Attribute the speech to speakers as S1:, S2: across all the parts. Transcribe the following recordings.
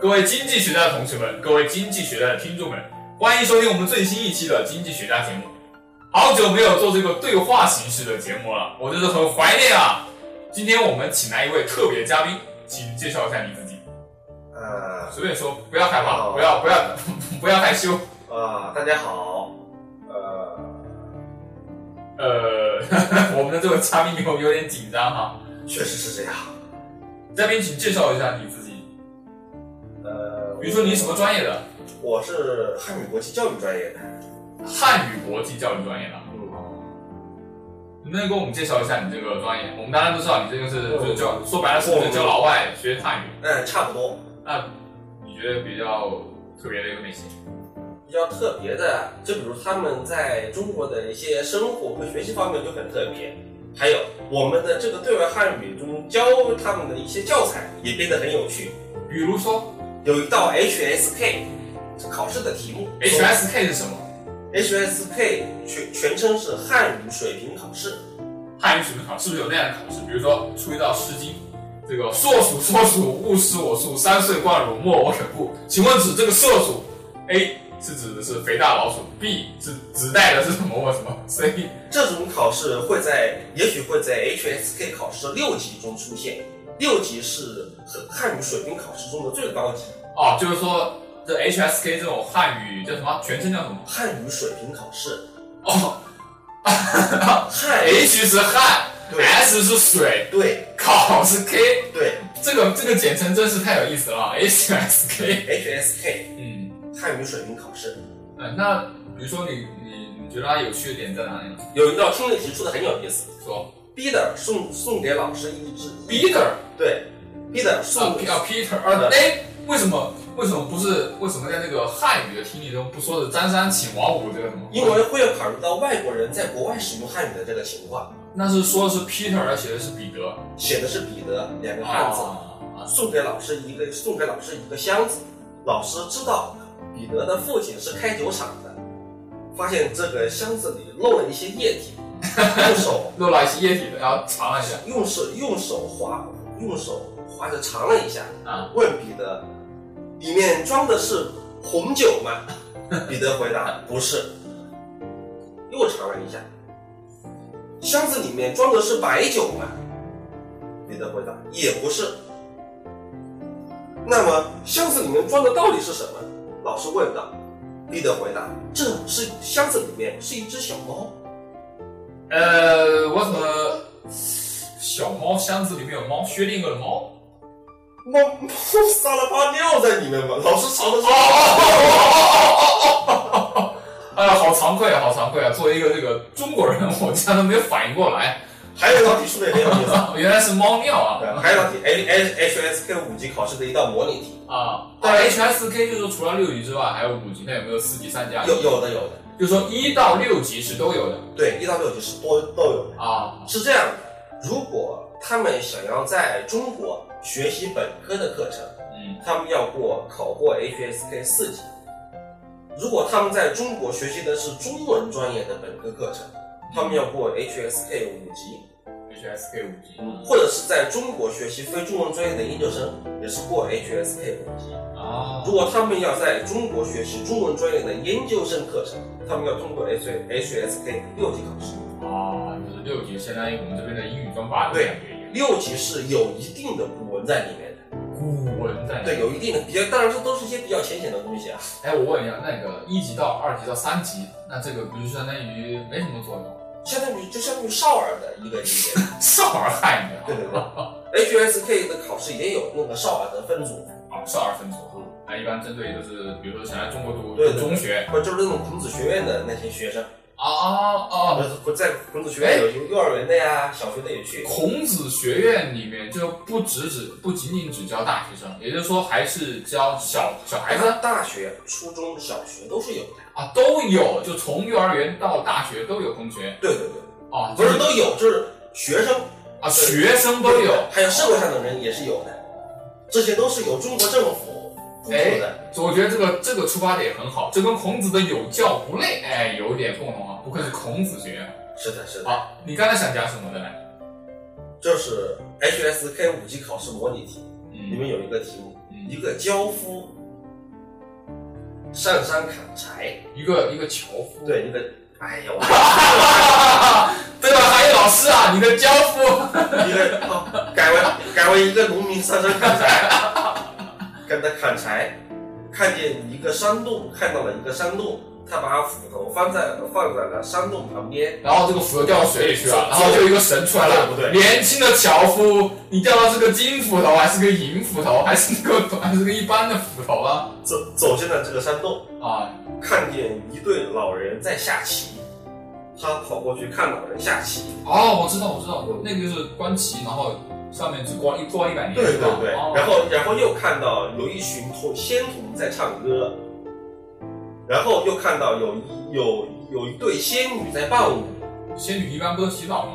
S1: 各位经济学家的同学们，各位经济学家的听众们，欢迎收听我们最新一期的经济学家节目。好久没有做这个对话形式的节目了，我真的很怀念啊！今天我们请来一位特别嘉宾，请介绍一下你自己，
S2: 呃
S1: 随便说，不要害怕，不要不要不要害羞。
S2: 啊，大家好，呃，
S1: 呃，我们的这位嘉宾有有点紧张哈、
S2: 确实是这样。
S1: 嘉宾，请介绍一下你自己，
S2: 呃，
S1: 比如说你什么专业的？
S2: 我是汉语国际教育专业的。
S1: 汉语国际教育专业的。
S2: 嗯，
S1: 能不能给我们介绍一下你这个专业？我们当然都知道你这个是
S2: 嗯
S1: 就教，说白了是不是教老外学汉语？
S2: 嗯，差不多。
S1: 那你觉得比较特别的一个类型？
S2: 比较特别的，就比如他们在中国的一些生活和学习方面就很特别。还有我们的这个对外汉语中教他们的一些教材也变得很有趣。
S1: 比如说
S2: 有一道 HSK 考试的题目
S1: HSK 是什么？
S2: HSK 全全称是汉语水平考试。
S1: 汉语水平考是不是有那样的考试？比如说出一道《诗经》，这个“硕鼠，硕鼠，勿食我树。三岁贯乳，莫我犬步。”请问指这个“硕鼠 ”，A 是指的是肥大老鼠，B 是指代的是什么或什么？C
S2: 这种考试会在，也许会在 HSK 考试六级中出现。六级是和汉语水平考试中的最高级，
S1: 哦，就是说这 HSK 这种汉语叫什么？全称叫什么？
S2: 汉语水平考试。
S1: 哦
S2: 汉语
S1: ，H 是汉
S2: 对
S1: ，S 是水，
S2: 对
S1: 考是 K，
S2: 对
S1: 这个这个简称真是太有意思了，HSK。
S2: HSK
S1: 嗯，
S2: 汉语水平考试
S1: 呃那比如说你你你觉得它有趣的点在哪里呢？
S2: 有一道听力题出的很有意思。
S1: 说
S2: Peter 送送给老师一支
S1: Peter
S2: 对 Peter
S1: 啊
S2: 送
S1: ，P 啊 Peter 啊，哎，为什么为什么不是为什么在这个汉语的听力中不说是张三请王五这个什么？
S2: 因为会考虑到外国人在国外使用汉语的这个情况，
S1: 那是说的是 Peter 而写的是彼得
S2: 写的是彼得两个汉字。
S1: 啊
S2: 送给老师一个送给老师一个箱子。老师知道彼得的父亲是开酒厂的，发现这个箱子里漏了一些液体，用手
S1: 漏了一些液体的，然后尝了一下
S2: 用手用手划用手划着尝了一下，
S1: 啊，
S2: 问彼得里面装的是红酒吗？ 彼得回答不是，又尝了一下，箱子里面装的是白酒吗？彼得回答也不是。那么箱子里面装的到底是什么？老师问道。彼得回答：“这是箱子里面是一只小猫。
S1: 呃，我怎么小猫箱子里面有猫，薛定谔的猫。
S2: 猫猫撒了泡尿在里面吗？老师朝着
S1: 哦哦哦哦哦哦
S2: 说。
S1: 哦哦！哎呀，好惭愧啊，好惭愧啊！作为一个这个中国人，我竟然都没有反应过来，
S2: 还有一道题出的也很有意思。
S1: 原来是猫尿
S2: 对
S1: 啊
S2: 还有道题 H H H S K 五级考试的一道模拟题，
S1: 啊！但 HSK 就是除了六级之外，还有五级，那有没有四级、三级啊？
S2: 有，有的有的，
S1: 就是说一到六级是都有的
S2: 对，一到六级是多都有的。
S1: 啊。
S2: 是这样的，如果他们想要在中国学习本科的课程，
S1: 嗯，
S2: 他们要过考过 H S K 四级。如果他们在中国学习的是中文专业的本科课程，他们要过 H S K 五级，
S1: HSK 五级
S2: 或者是在中国学习非中文专业的研究生，也是过 H S K 五级。
S1: 啊
S2: 如果他们要在中国学习中文专业的研究生课程，他们要通过 H H S K 六级考试。
S1: 啊，就是六级相当于我们这边的英语专八的感觉一样，
S2: 六级是有一定的古文在里面的，
S1: 古文在
S2: 对，。有一定的比较，当然这都是一些比较浅显的东西啊。
S1: 哎，我问一下，那个一级到二级到三级，那这个不就相当于没什么作用？
S2: 相当于就相当于少儿的一个理解，
S1: 少儿汉语啊，
S2: 对对对。H S K 的考试也有那个少儿的分组，
S1: 啊，少儿分组，那一般针对就是比如说想来中国读
S2: 对
S1: 中学
S2: 不就是那种孔子学院的那些学生，
S1: 啊啊啊！
S2: 不在孔子学院有幼幼儿园的呀、小学的也去。
S1: 孔子学院里面就不只只不仅仅只教大学生，也就是说还是教小小孩子
S2: 大学、初中小学都是有的。
S1: 啊都有，就从幼儿园到大学都有同学
S2: 对对对，
S1: 啊，
S2: 不
S1: 就是
S2: 都有，就是学生
S1: 啊学生都有，
S2: 还有社会上的人也是有的，这些都是由中国政府补助
S1: 哎
S2: 的。
S1: 所以我觉得这个这个出发点很好，这跟孔子的有教无类哎有点共同啊，不愧是孔子学院
S2: 是的，是的，
S1: 啊。你刚才想讲什么的来？
S2: 就是 HSK 五级考试模拟题，里
S1: 嗯
S2: 面有一个题目：
S1: 嗯。
S2: 一个樵夫上山砍柴，
S1: 一个一个樵夫，
S2: 对一个，哎呦，
S1: 对吧？还有老师啊，你的樵夫，
S2: 一个哦，改为改为一个农民上山砍柴，跟他砍柴，看见一个山洞，看到了一个山洞，他把斧头放在放在了山洞旁边，
S1: 然后这个斧头掉到水里去了，然后就有一个神出来了，
S2: 对不对
S1: 年轻的樵夫，你掉到是个金斧头，还是个银斧头，还是个还是个一般的斧头啊？
S2: 走走进了这个山洞，
S1: 啊，
S2: 看见一对老人在下棋，他跑过去看老人下棋，
S1: 哦，我知道，我知道，那个就是观棋，然后上面只光一光一百年，
S2: 对
S1: 是吧
S2: 对对，
S1: 哦
S2: 然后然后又看到有一群童仙童在唱歌，然后又看到有一有有一对仙女在伴舞，
S1: 仙女一般不都洗澡吗？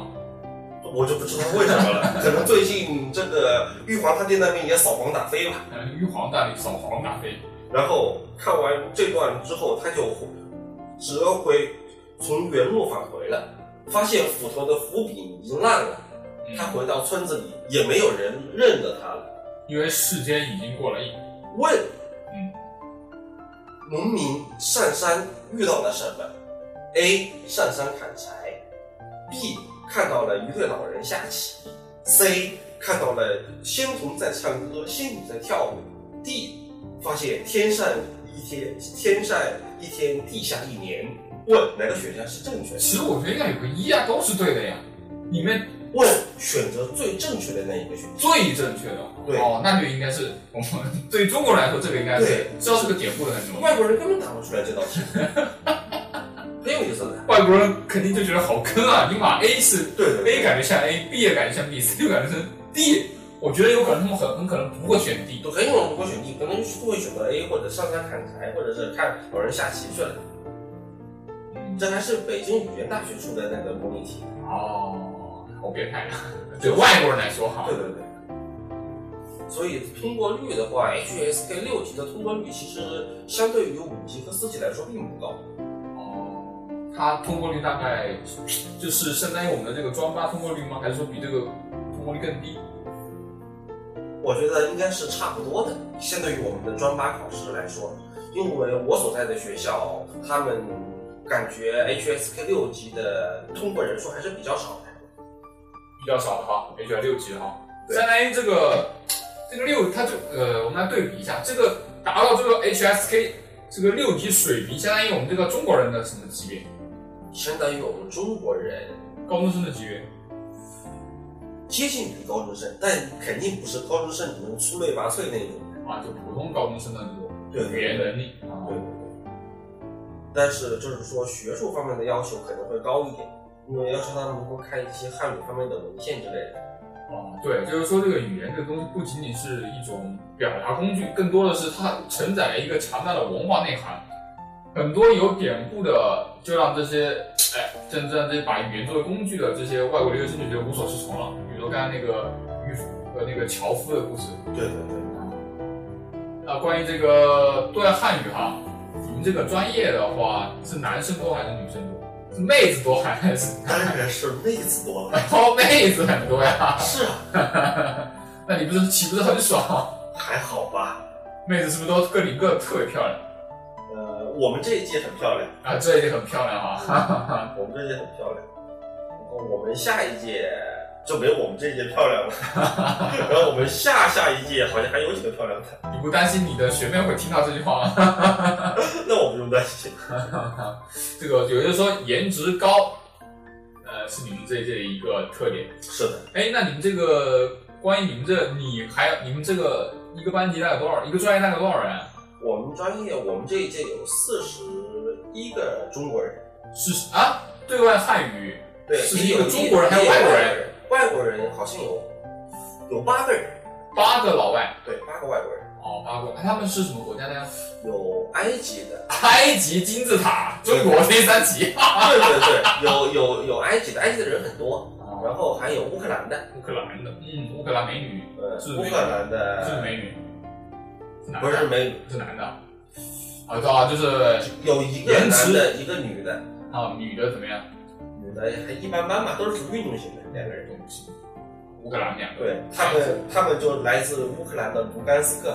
S2: 我就不知道为什么 了，可能最近这个玉皇大帝那边也扫黄打非吧。
S1: 可能呃玉皇大帝扫黄打非，
S2: 然后看完这段之后，他就折回从原路返回了，发现斧头的斧柄已经烂了，
S1: 嗯
S2: 他回到村子里也没有人认得他了。
S1: 因为世间已经过了一
S2: 问，
S1: 嗯
S2: 农民上山遇到了什么？A. 上山砍柴，B. 看到了一对老人下棋，C. 看到了仙童在唱歌，仙女在跳舞，D. 发现天上一天，天上一天，地下一年。问哪个选项是正确？
S1: 其实我觉得应该有个一啊，都是对的呀。里面
S2: 问选择最正确的那一个选项。
S1: 最正确的，
S2: 对
S1: 哦，那就应该是我们对于中国人来说，这个应该是
S2: 对
S1: 知道是个典故的那种。
S2: 外国人根本答不出来这道 题，很有意思的。
S1: 外国人肯定就觉得好坑啊！你把 A 是
S2: 对对
S1: A 感觉像 A，B 也感觉像 B，C 又感觉像 D，我觉得有可能他们很很可能不会选 D。
S2: 有很有人不会选 D，可能就会选择 A，或者上山砍柴，或者是看老人下棋去了。这还是北京语言大学出的那个模拟题。
S1: 哦，好变态啊！对外国人来说哈，
S2: 对对对。所以通过率的话，HSK 六级的通过率其实相对于五级和四级来说并不高。
S1: 哦，它通过率大概就是相当于我们的这个专八通过率吗？还是说比这个通过率更低？
S2: 我觉得应该是差不多的，相对于我们的专八考试来说，因为我所在的学校，他们感觉 HSK 六级的通过人数还是比较少的。
S1: 比较少的哈，H 六级哈，
S2: 对
S1: 相当于这个这个六，它就呃，我们来对比一下，这个达到这个 HSK 这个六级水平，相当于我们这个中国人的什么级别？
S2: 相当于我们中国人
S1: 高中生的级别？
S2: 接近于高中生，但肯定不是高中生里面出类拔萃那种。
S1: 啊，就普通高中生的这
S2: 对
S1: 种语言能力啊
S2: 对对。对。但是就是说学术方面的要求可能会高一点，因为要求他们能够看一些汉语方面的文献之类的。
S1: 啊，对，就是说这个语言这个东西不仅仅是一种表达工具，更多的是它承载了一个强大的文化内涵。很多有典故的，就让这些哎，真正这些把语言作为工具的这些外国留学生就觉得无所适从了。比如说刚才那个渔夫呃那个樵夫的故事
S2: 对对对，
S1: 啊，关于这个对外汉语哈，你们这个专业的话是男生多还是女生多？是妹子多还是
S2: 当然是妹子多了。
S1: 哦妹子很多呀？
S2: 是啊，
S1: 那你不是岂不是很爽？
S2: 还好吧。
S1: 妹子是不是都个顶个特别漂亮
S2: 呃，我们这一届很 漂亮，
S1: 啊？这一届很漂亮哈、
S2: 我们这一届很漂亮。然后我们下一届就没有我们这一届漂 亮了。然后我们下下一届好像还有几个漂亮的，
S1: 你不担心你的学妹会听到这句话吗？
S2: 那我不用担心。
S1: 这个有人说颜值高，呃，是你们这一届的一个特点。
S2: 是的。
S1: 哎，那你们这个关于你们这，你还有你们这个一个班级大概有多少？一个专业大概有多少人？
S2: 我们专业，我们这一届有四十一个中国人，
S1: 是啊，对外汉语
S2: 对，
S1: 是
S2: 也
S1: 一个
S2: 有
S1: 中国人还有
S2: 也
S1: 外国人
S2: 人，外国人好像有有八个人，
S1: 八个老外
S2: 对，八个外国人，
S1: 哦，八个，哎，他们是什么国家的 呀？，
S2: 有埃及的
S1: 埃及金字塔，中国 第三级。
S2: 对对对，有有有埃及的，埃及的人很多，然
S1: 哦
S2: 后还有乌克兰的，
S1: 乌克兰的，嗯，乌克兰美女
S2: 呃，
S1: 是
S2: 乌克兰
S1: 是
S2: 的，
S1: 美女，是男的
S2: 不是美女，
S1: 是男的，啊，知道啊，就是
S2: 有一个
S1: 颜值
S2: 男的，一个女的，
S1: 啊，女的怎么样？
S2: 女的还一般般吧，都是属于运动型的两个人。
S1: 乌克兰两个，
S2: 对他们，他们就来自乌克兰的卢甘斯克，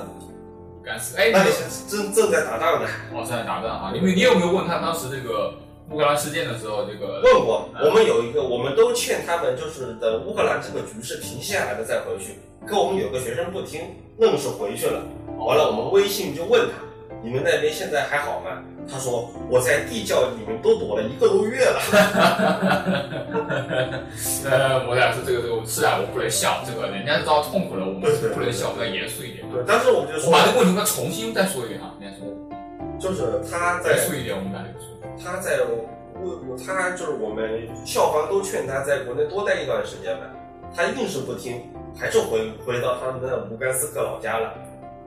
S1: 敢死。哎，
S2: 那你
S1: 有
S2: 现正正在打仗呢？
S1: 哦，正在打仗啊！你们你有没有问他当时这个乌克兰事件的时候，这个
S2: 问过，
S1: 嗯
S2: 我们有一个，我们都劝他们，就是等乌克兰这个局势停下来了再回去。可我们有个学生不听，愣是回去了。
S1: 哦
S2: 完了，我们微信就问他，你们那边现在还好吗？他说我在地窖里面都躲了一个多月了。
S1: 呃，我俩说这个这个是啊，我不能笑，这个人家知道痛苦了，我们
S2: 对对对
S1: 不能笑，我们要严肃一点。
S2: 对，当时我们就
S1: 我
S2: 说
S1: 把，这个问题再重新再说一遍啊，你来说，
S2: 就是他在
S1: 严肃一点，我们俩就说。
S2: 他在我我他就是我们校方都劝他在国内多待一段时间吧，他硬是不听，还是回回到他们的卢甘斯克老家了。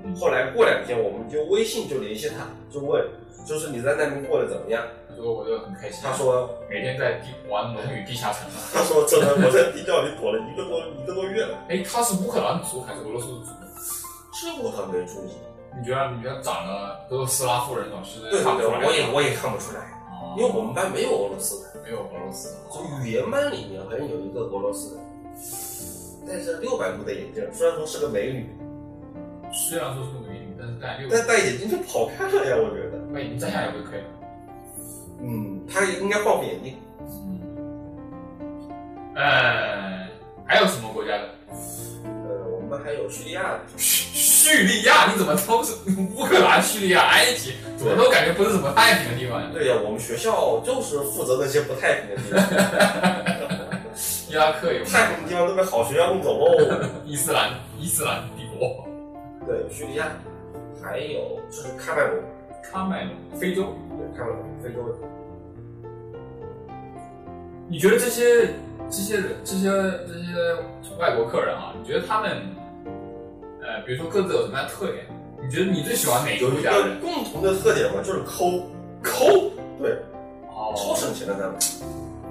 S1: 嗯
S2: 后来过两天，我们就微信就联系他，就问，就是你在那边过得怎么样？
S1: 结果我就很开心，
S2: 他说，
S1: 每天在地玩《龙与地下城》啊。
S2: 他说真的，我在地窖里躲了一个多一个多月了。
S1: 哎，他是乌克兰族还是俄罗斯族？
S2: 这我倒没注意。
S1: 你觉得你觉得长得都是斯拉夫人，老师
S2: 对
S1: 看
S2: 对
S1: 不出
S2: 对，
S1: 来。
S2: 我也我也看不出来，
S1: 哦
S2: 因为我们班没有俄罗斯的，
S1: 没有俄罗斯。
S2: 就语言班里面好像有一个俄罗斯的，戴着六百度的眼镜，虽然说是个美女，
S1: 啊虽然说是个美女，但是戴六
S2: 但戴眼镜就好看了呀，我觉得。
S1: 把眼镜摘下来就可以了。
S2: 嗯，他应该换副眼镜。
S1: 嗯。呃，还有什么国家的？
S2: 呃，我们还有叙利亚的，
S1: 叙叙利亚，你怎么都是乌克兰、叙利亚、埃及，怎么都感觉不是什么太平的地方呀？
S2: 对呀、我们学校就是负责那些不太平的地方，
S1: 伊拉克有
S2: 太平的地方都被好学校弄走喽。
S1: 伊斯兰伊斯兰帝国，
S2: 对，叙利亚，还有就是喀麦隆，
S1: 喀麦隆，非洲。
S2: 对，喀麦隆，非洲的。
S1: 你觉得这些这些人这些这些外国客人啊，你觉得他们，呃，比如说各自有什么样的特点？你觉得你最喜欢哪个
S2: 有
S1: 国
S2: 一
S1: 家的
S2: 个
S1: 人？
S2: 共同的特点嘛，就是抠，
S1: 抠
S2: 对，
S1: 哦
S2: 超省钱的他们。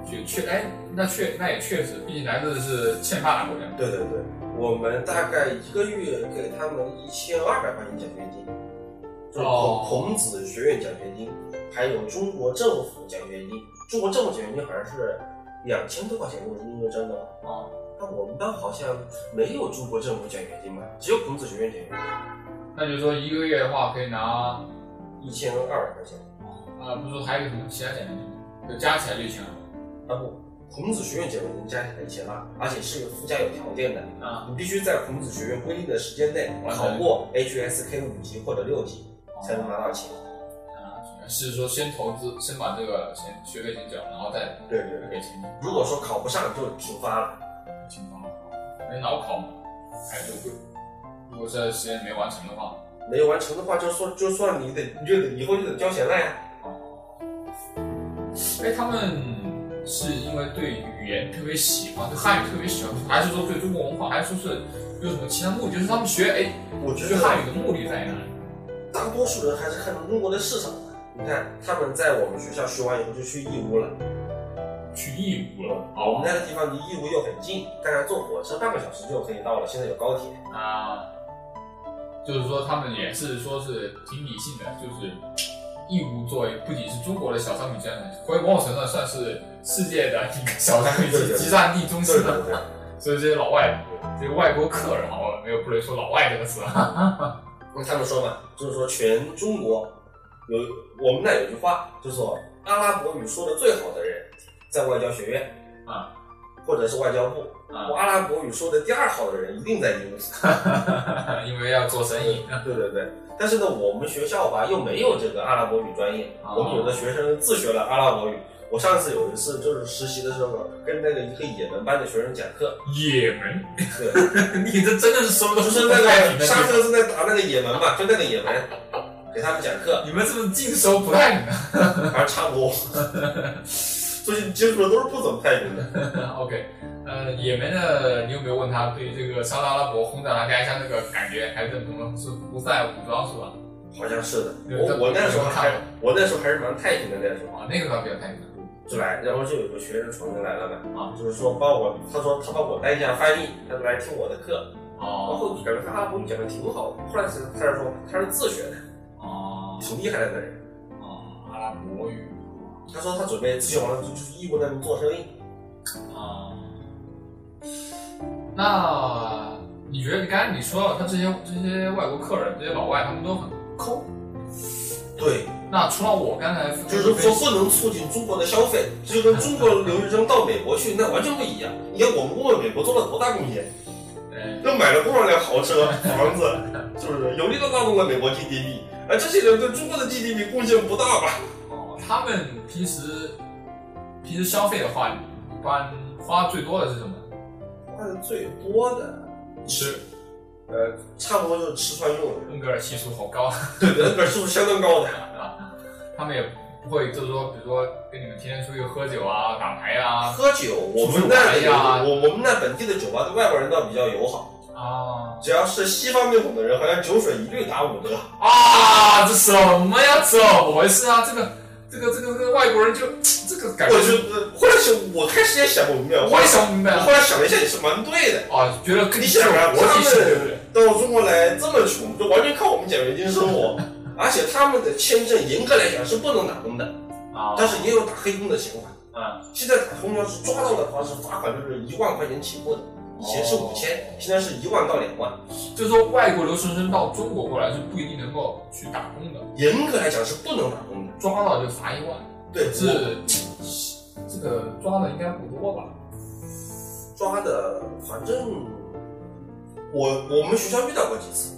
S1: 确确哎，那确那也确实，毕竟来自是欠发达国家。
S2: 对对对，我们大概一个月给他们一千二百块钱奖学金，就是
S1: 哦
S2: 孔孔子学院奖学金，还有中国政府奖学金。中国政府奖学金好像是两千多块钱，我印象真的。
S1: 哦，
S2: 但我们班好像没有中国政府奖学金吧，只有孔子学院奖学金，
S1: 那就是说一个月的话可以拿，
S2: 一千二百块钱。
S1: 呃，不是说还有什么其他奖学金，就加起来就行了。
S2: 啊不，孔子学院奖学金加起来一千二，而且是附加有条件的，
S1: 啊，
S2: 你必须在孔子学院规定的时间内
S1: 完成
S2: 考过 HSK 五级或者六级才能拿到钱。
S1: 啊，是说先投资，先把这个先学费先缴，然后再
S2: 对对对。
S1: 给钱。
S2: 如果说考不上就停发了，
S1: 情况了，没脑考嘛，还有就会，如果这实验没完成的话，
S2: 没有完成的话，就说就算你得，你就得以后就得交钱了呀。
S1: 哎，他们是因为对语言特别喜欢，对汉语特别喜欢，还是说对中国文化，还是说是有什么其他目的？就是他们学哎
S2: 我觉
S1: 学
S2: 得
S1: 汉语的目的在哪里？
S2: 大多数人还是看重中国的市场的。你看，他们在我们学校学完以后就去义乌了，
S1: 去义乌了，
S2: 我
S1: 哦，
S2: 们那个地方离义乌又很近，大概坐火车半个小时就可以到了。现在有高铁，
S1: 啊，就是说他们也是说是挺理性的，就是义乌作为不仅是中国的小商品集散地，可以某种程度上算是世界的一个小商品
S2: 对对对
S1: 集散地中
S2: 对
S1: 心
S2: 对
S1: 了。
S2: 对，
S1: 所以这些老外，这些外国客人啊，我没有不能说老外这个词啊。
S2: 因为他们说嘛，就是说全中国有我们那有句话，就是说阿拉伯语说的最好的人在外交学院
S1: 啊，
S2: 或者是外交部，
S1: 啊
S2: 我阿拉伯语说的第二好的人一定在义乌。
S1: 因为要做生意，
S2: 对对对，但是呢，我们学校吧又没有这个阿拉伯语专业，
S1: 啊
S2: 我们有的学生自学了阿拉伯语。我上次有一次就是实习的时候，跟那个一个也门班的学生讲课，
S1: 也门，
S2: 对，
S1: 你这真的是说的
S2: 就是那个上课是在打那个也门嘛，就那个也门，给他们讲课，
S1: 你们是不是净收不太平啊
S2: 反正差不多。 最近接触的都是不怎么太平的，
S1: ？OK，呃，也门的，你有没有问他对于这个沙特阿拉伯轰炸他家乡这个感觉，还是怎么是胡塞武装是吧？
S2: 好像是的。
S1: 对
S2: 我我那时候
S1: 这
S2: 还我那时候还是蛮太平的那时候。
S1: 啊，那个倒比较太平
S2: 就来，然后就有个学生传进来了嘛
S1: 啊，
S2: 就是说帮我，他说他帮我带一下翻译，他来听我的课，然
S1: 哦
S2: 后就感觉他阿拉伯语讲的挺好的，后来是他是说他是自学的，
S1: 哦
S2: 挺厉害的那人。
S1: 哦，阿拉伯语
S2: 他说他准备自学完了之后就去义乌那边做生意。
S1: 啊啊，那你觉得你刚才你说了，他这些这些外国客人，这些老外，他们都很抠。
S2: 对，
S1: 那除了我刚才
S2: 就是说不能促进中国的消费，这就跟中国留学生到美国去那完全不一样。你看我们为美国做了多大贡献，
S1: 哎，
S2: 又买了多少辆豪车、房子， 是不是？有力的拉动了美国 GDP，而哎这些人对中国的 GDP 贡献不大吧？
S1: 哦，他们平时平时消费的话，你一般花最多的是什么？
S2: 花的最多的，
S1: 吃，
S2: 呃，差不多就是吃穿用了。
S1: 恩格尔系数好高 啊！
S2: 对，那本数是相当高的。
S1: 他们也不会就是说，比如说跟你们天天出去喝酒啊、打牌啊
S2: 喝酒，我们那里，我我们那本地的酒吧对外国人倒比较友好，
S1: 啊
S2: 只要是西方面孔的人，好像酒水一律打五折。
S1: 啊！这什么呀？怎么回事啊？这个这个这个这个外国人就这个感觉
S2: 我，就呃后来想，我开始也想不明白，
S1: 我也想不明白
S2: 我
S1: 啊
S2: 后来想了一下，也是蛮对的。
S1: 啊，觉得跟
S2: 你想啊，
S1: 我
S2: 他
S1: 体是对不对
S2: 们？到中国来这么穷，就完全靠我们奖学金生 活，而且他们的签证严格来讲是不能打工的，
S1: 啊，
S2: 但是也有打黑工的想法。
S1: 啊，
S2: 现在打工要是抓到的话，是罚款就是一万块钱起步的，以前是
S1: 哦
S2: 五千，现在是一万到两万。
S1: 就是说外国留学生到中国过来是不一定能够去打工的，
S2: 严格来讲是不能打工的。
S1: 抓到就罚一万，
S2: 对，
S1: 是
S2: 我
S1: 这个抓的应该不多吧？
S2: 抓的，反正我我们学校遇到过几次，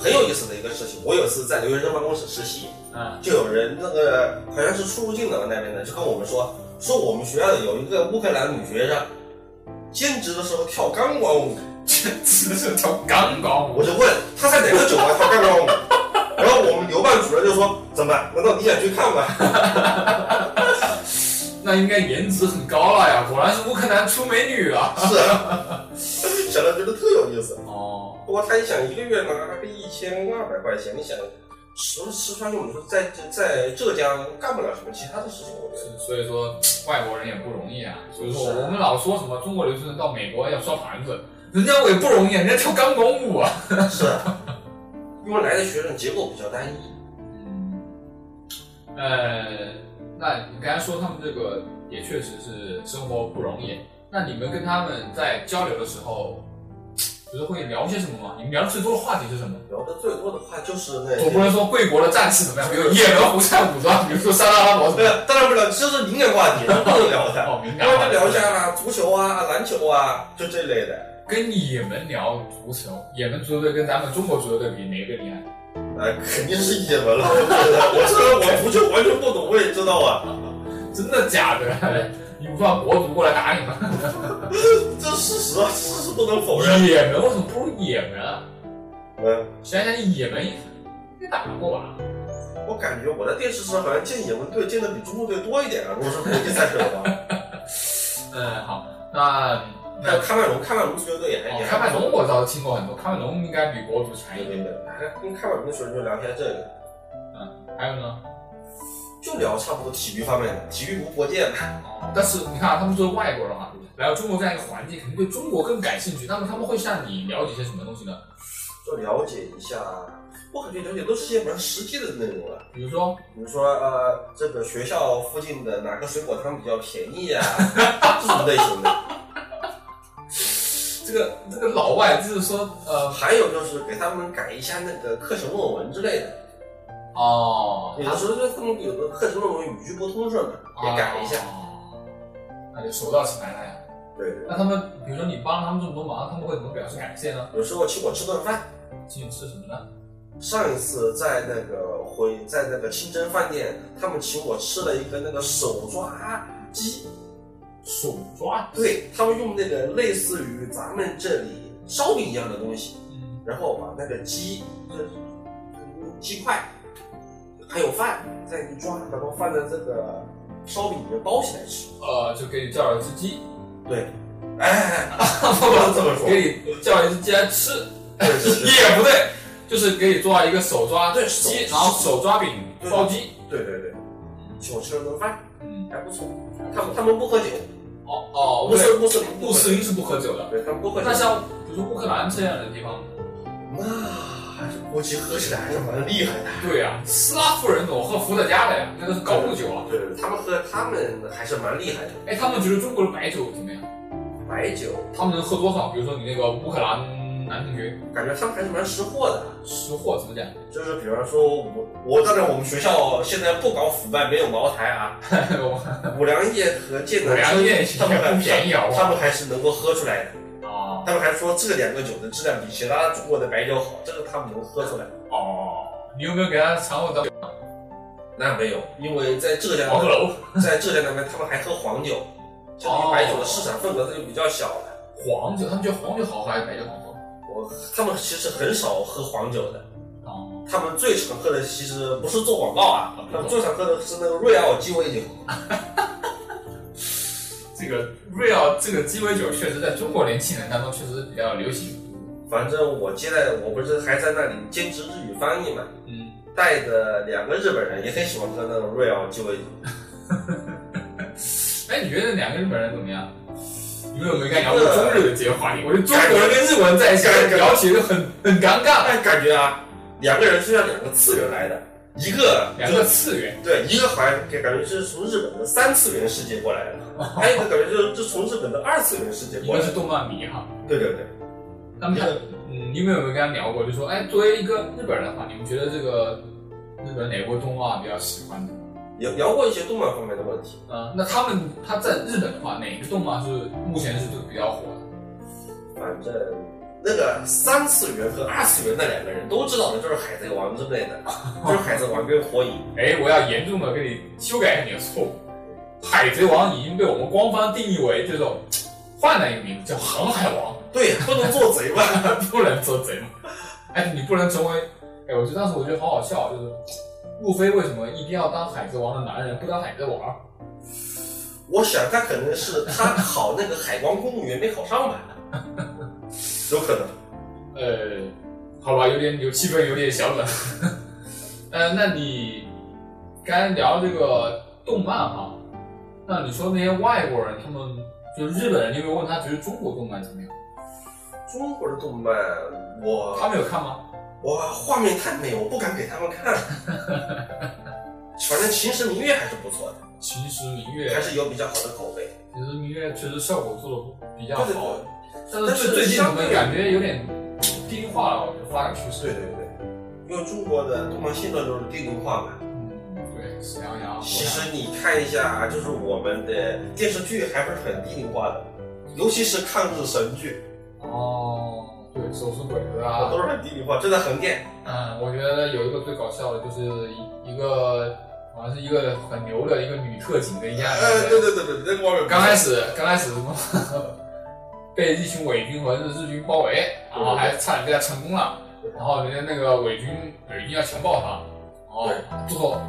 S2: 很有意思的一个事情。我有一次在留学生办公室实习，
S1: 嗯
S2: 就有人那个好像是出入境的那边的，就跟我们说，说我们学校的有一个乌克兰女学生，兼职的时候跳钢管舞。
S1: 这只是跳钢管舞
S2: 我就问她在哪个酒吧跳钢管舞， 然后我们留办主任就说怎么办？难道你想去看吗？
S1: 那应该颜值很高了呀，果然是乌克兰出美女啊！
S2: 是啊，想到觉得特有意思。
S1: 哦，
S2: 不过他一想一个月拿个一千二百块钱，你想吃吃穿用，你说在在浙江干不了什么其他的事情，我觉得。
S1: 所以说外国人也不容易啊。所以说
S2: 是啊
S1: 我们老说什么中国留学生到美国要刷盘子，人家也不容易，人家跳钢管舞啊。
S2: 是啊，因为来的学生结构比较单一，
S1: 嗯，呃，那你刚才说他们这个也确实是生活不容易。那你们跟他们在交流的时候，就是会聊些什么吗？你们聊的最多的话题是什么？
S2: 聊的最多的话就是那
S1: 总不能
S2: 些。
S1: 说贵国的战士怎么样，比如也能胡塞武装，比如说沙拉拉伯
S2: 对，当然不聊，这是敏感话题，这不能聊的。
S1: 哦，敏
S2: 然
S1: 感
S2: 后就
S1: 话
S2: 聊一
S1: 题。
S2: 下啦，足球啊、篮球啊，就这类的。
S1: 跟也门聊足球，也门足球队跟咱们中国足球队比，哪个厉害？
S2: 呃，肯定是也门了，
S1: 哦
S2: 我觉得。我虽然我足球完全不懂，我也知道啊，
S1: 真的假的？ 你不怕国足过来打你吗？
S2: 这是事实啊，事实不能否认。
S1: 也门为什么不如也门啊？
S2: 嗯。
S1: 想想也门也打过啊吧？
S2: 我感觉我在电视上好像见也门队见的比中国队多一点啊，如果是国际赛事 的话。
S1: 嗯，好，那
S2: 还有喀麦隆，喀麦隆足球队也
S1: 哦
S2: 还也，还
S1: 喀麦隆我倒是听过很多，喀麦隆应该比国足强
S2: 对
S1: 一
S2: 对
S1: 点。
S2: 对，还哎跟喀麦隆的选手聊一下这个，
S1: 还有呢？
S2: 就聊差不多体育方面的，体育无国界嘛。
S1: 哦，但是你看、啊，他们作为外国人啊，来到中国这样一个环境，肯定对中国更感兴趣。那么他们会向你了解些什么东西呢？
S2: 就了解一下，我感觉了解都是些蛮实际的内容了。
S1: 比如说，
S2: 比如说呃，这个学校附近的哪个水果摊比较便宜啊， 这种类型的。
S1: 这个这个老外就是说，呃，
S2: 还有就是给他们改一下那个课程论文之类的，
S1: 哦，
S2: 有的时候就他们有的课程论文语句不通顺的，
S1: 他
S2: 也改一下。
S1: 哦那就手到擒来了呀。
S2: 对对。对
S1: 那他们，比如说你帮了他们这么多忙，他们会怎么表示感谢呢？
S2: 有时候请我吃顿饭。
S1: 请你吃什么呢？
S2: 上一次在那个回在那个清真饭店，他们请我吃了一个那个手抓鸡，
S1: 手抓。
S2: 对他们用那个类似于咱们这里烧饼一样的东西，
S1: 嗯
S2: 然后把那个鸡就是用鸡块还有饭再一抓，然后放在这个烧饼里面包起来吃。
S1: 呃，就给你叫了只 鸡，
S2: 对，哎，不能这么说，
S1: 给你叫了一只鸡来吃，
S2: 对对对
S1: 也不对，就是给你做一个手抓
S2: 对
S1: 鸡，
S2: 手
S1: 然后手抓饼
S2: 对
S1: 烧鸡。
S2: 对对对，请我吃了顿饭，
S1: 嗯，
S2: 还不错。他们他们不喝酒，
S1: 哦哦，
S2: 穆
S1: 对，
S2: 斯穆斯林
S1: 穆
S2: 不喝酒
S1: 斯林是不喝酒的。
S2: 对，他们不喝酒
S1: 那。像比如说乌克兰这样的地方，
S2: 那估计喝起来还是蛮厉害的。
S1: 对呀、斯拉夫人怎么喝伏特加的呀？那个是高度酒啊。
S2: 对，他们喝他们还是蛮厉害的。
S1: 哎，他们觉得中国的白酒怎么样？
S2: 白酒，
S1: 他们能喝多少？比如说你那个乌克兰男同学
S2: 感觉他们还是蛮识货的。
S1: 识货怎么讲？
S2: 就是比方说我，我当然我们学校现在不搞腐败，没有茅台啊，
S1: 我
S2: 五粮液和剑南
S1: 粮液
S2: 他们还
S1: 不便宜啊！
S2: 他们还是能够喝出来的。
S1: 哦
S2: 他们还说这两个酒的质量比其他中国的白酒好，这个他们能喝出来。
S1: 哦，你有没有给他尝过的
S2: 那没有，因为在浙 江
S1: 黄鹤楼？
S2: 在浙江那边他们还喝黄酒，这
S1: 哦
S2: 比白酒的市场份额它就比较小了。
S1: 黄酒，他们觉得黄酒好喝还是白酒好喝？
S2: 我他们其实很少喝黄酒的，
S1: 哦，
S2: 他们最常喝的其实不是做广告啊，他们最常喝的是那个瑞奥鸡尾酒。
S1: 这个瑞奥这个鸡尾酒确实在中国年轻人当中确实比较流行。
S2: 反正我接待我不是还在那里兼职日语翻译嘛，
S1: 嗯，
S2: 带的两个日本人也很喜欢喝那种瑞奥鸡尾酒。
S1: 哎，你觉得两个日本人怎么样？你们有没有该聊过中日的这些话题？我觉得中国人跟日文在一起聊起就很很尴尬，
S2: 但感觉啊，两个人就像两个次元来的，一个
S1: 两个次元。
S2: 对，一个好像给感觉是从日本的三次元世界过来的，还有一个感觉就是就从日本的二次元世界
S1: 哦一
S2: 过
S1: 个
S2: 来
S1: 是
S2: 的。
S1: 动漫迷哈，
S2: 对对对，
S1: 那么他嗯，你们有没有跟他聊过？就说，哎，作为一个日本人的话，你们觉得这个日本哪部动画比较喜欢的？
S2: 聊聊过一些动漫方面的问题。
S1: 啊、那他们他在日本的话，哪个动漫是目前是比较火的？
S2: 反正那个三次元和二次元那两个人都知道的，就是海贼王之类的，就是海贼王跟火影。
S1: 哎，我要严重的给你修改一下你的错误，《海贼王》已经被我们官方定义为这种换了一个名字叫《航海王，
S2: 对，不能做贼吧？》
S1: 不能做贼嘛。 哎，你不能成为……哎，我觉得当时我觉得好好笑，就是路飞为什么一定要当海贼王的男人，不当海贼王？啊
S2: 我想他可能是他考那个海关公务员没考上吧，有可能。
S1: 呃，好吧，有点有气氛有点小冷。 呃，那你刚才聊这个动漫哈，那你说那些外国人，他们就是日本人，你有没有问他觉得中国动漫怎么样？
S2: 中国的动漫，我
S1: 他们有看吗？
S2: 哇，画面太美，我不敢给他们看。反正《秦时明月》还是不错的，
S1: 《秦时明月
S2: 还》，是有比较好的口碑。
S1: 《秦时明月》确实效果做的比较
S2: 对对
S1: 好，但
S2: 但
S1: 是
S2: 是
S1: 最最近怎
S2: 相
S1: 么
S2: 对
S1: 感觉有点低龄化了？我觉得发展趋势。
S2: 对对对对，因为中国的动漫现在都是低龄化嘛。
S1: 嗯，对，喜羊羊。
S2: 其实你看一下，啊就是我们的电视剧还不是很低龄化的，尤其是抗日神剧，
S1: 哦，对，手撕鬼子啊，
S2: 都是很低龄化，正在横店。
S1: 嗯，我觉得有一个最搞笑的，就是一一个好像是一个很牛的一个女特警的一样，
S2: 呃， 对对对对，那个网友
S1: 刚开始刚开始什么 被一群伪军和日日军包围，然后还差点被他成功了，然后人家那个伪军伪军要强暴他，然后最后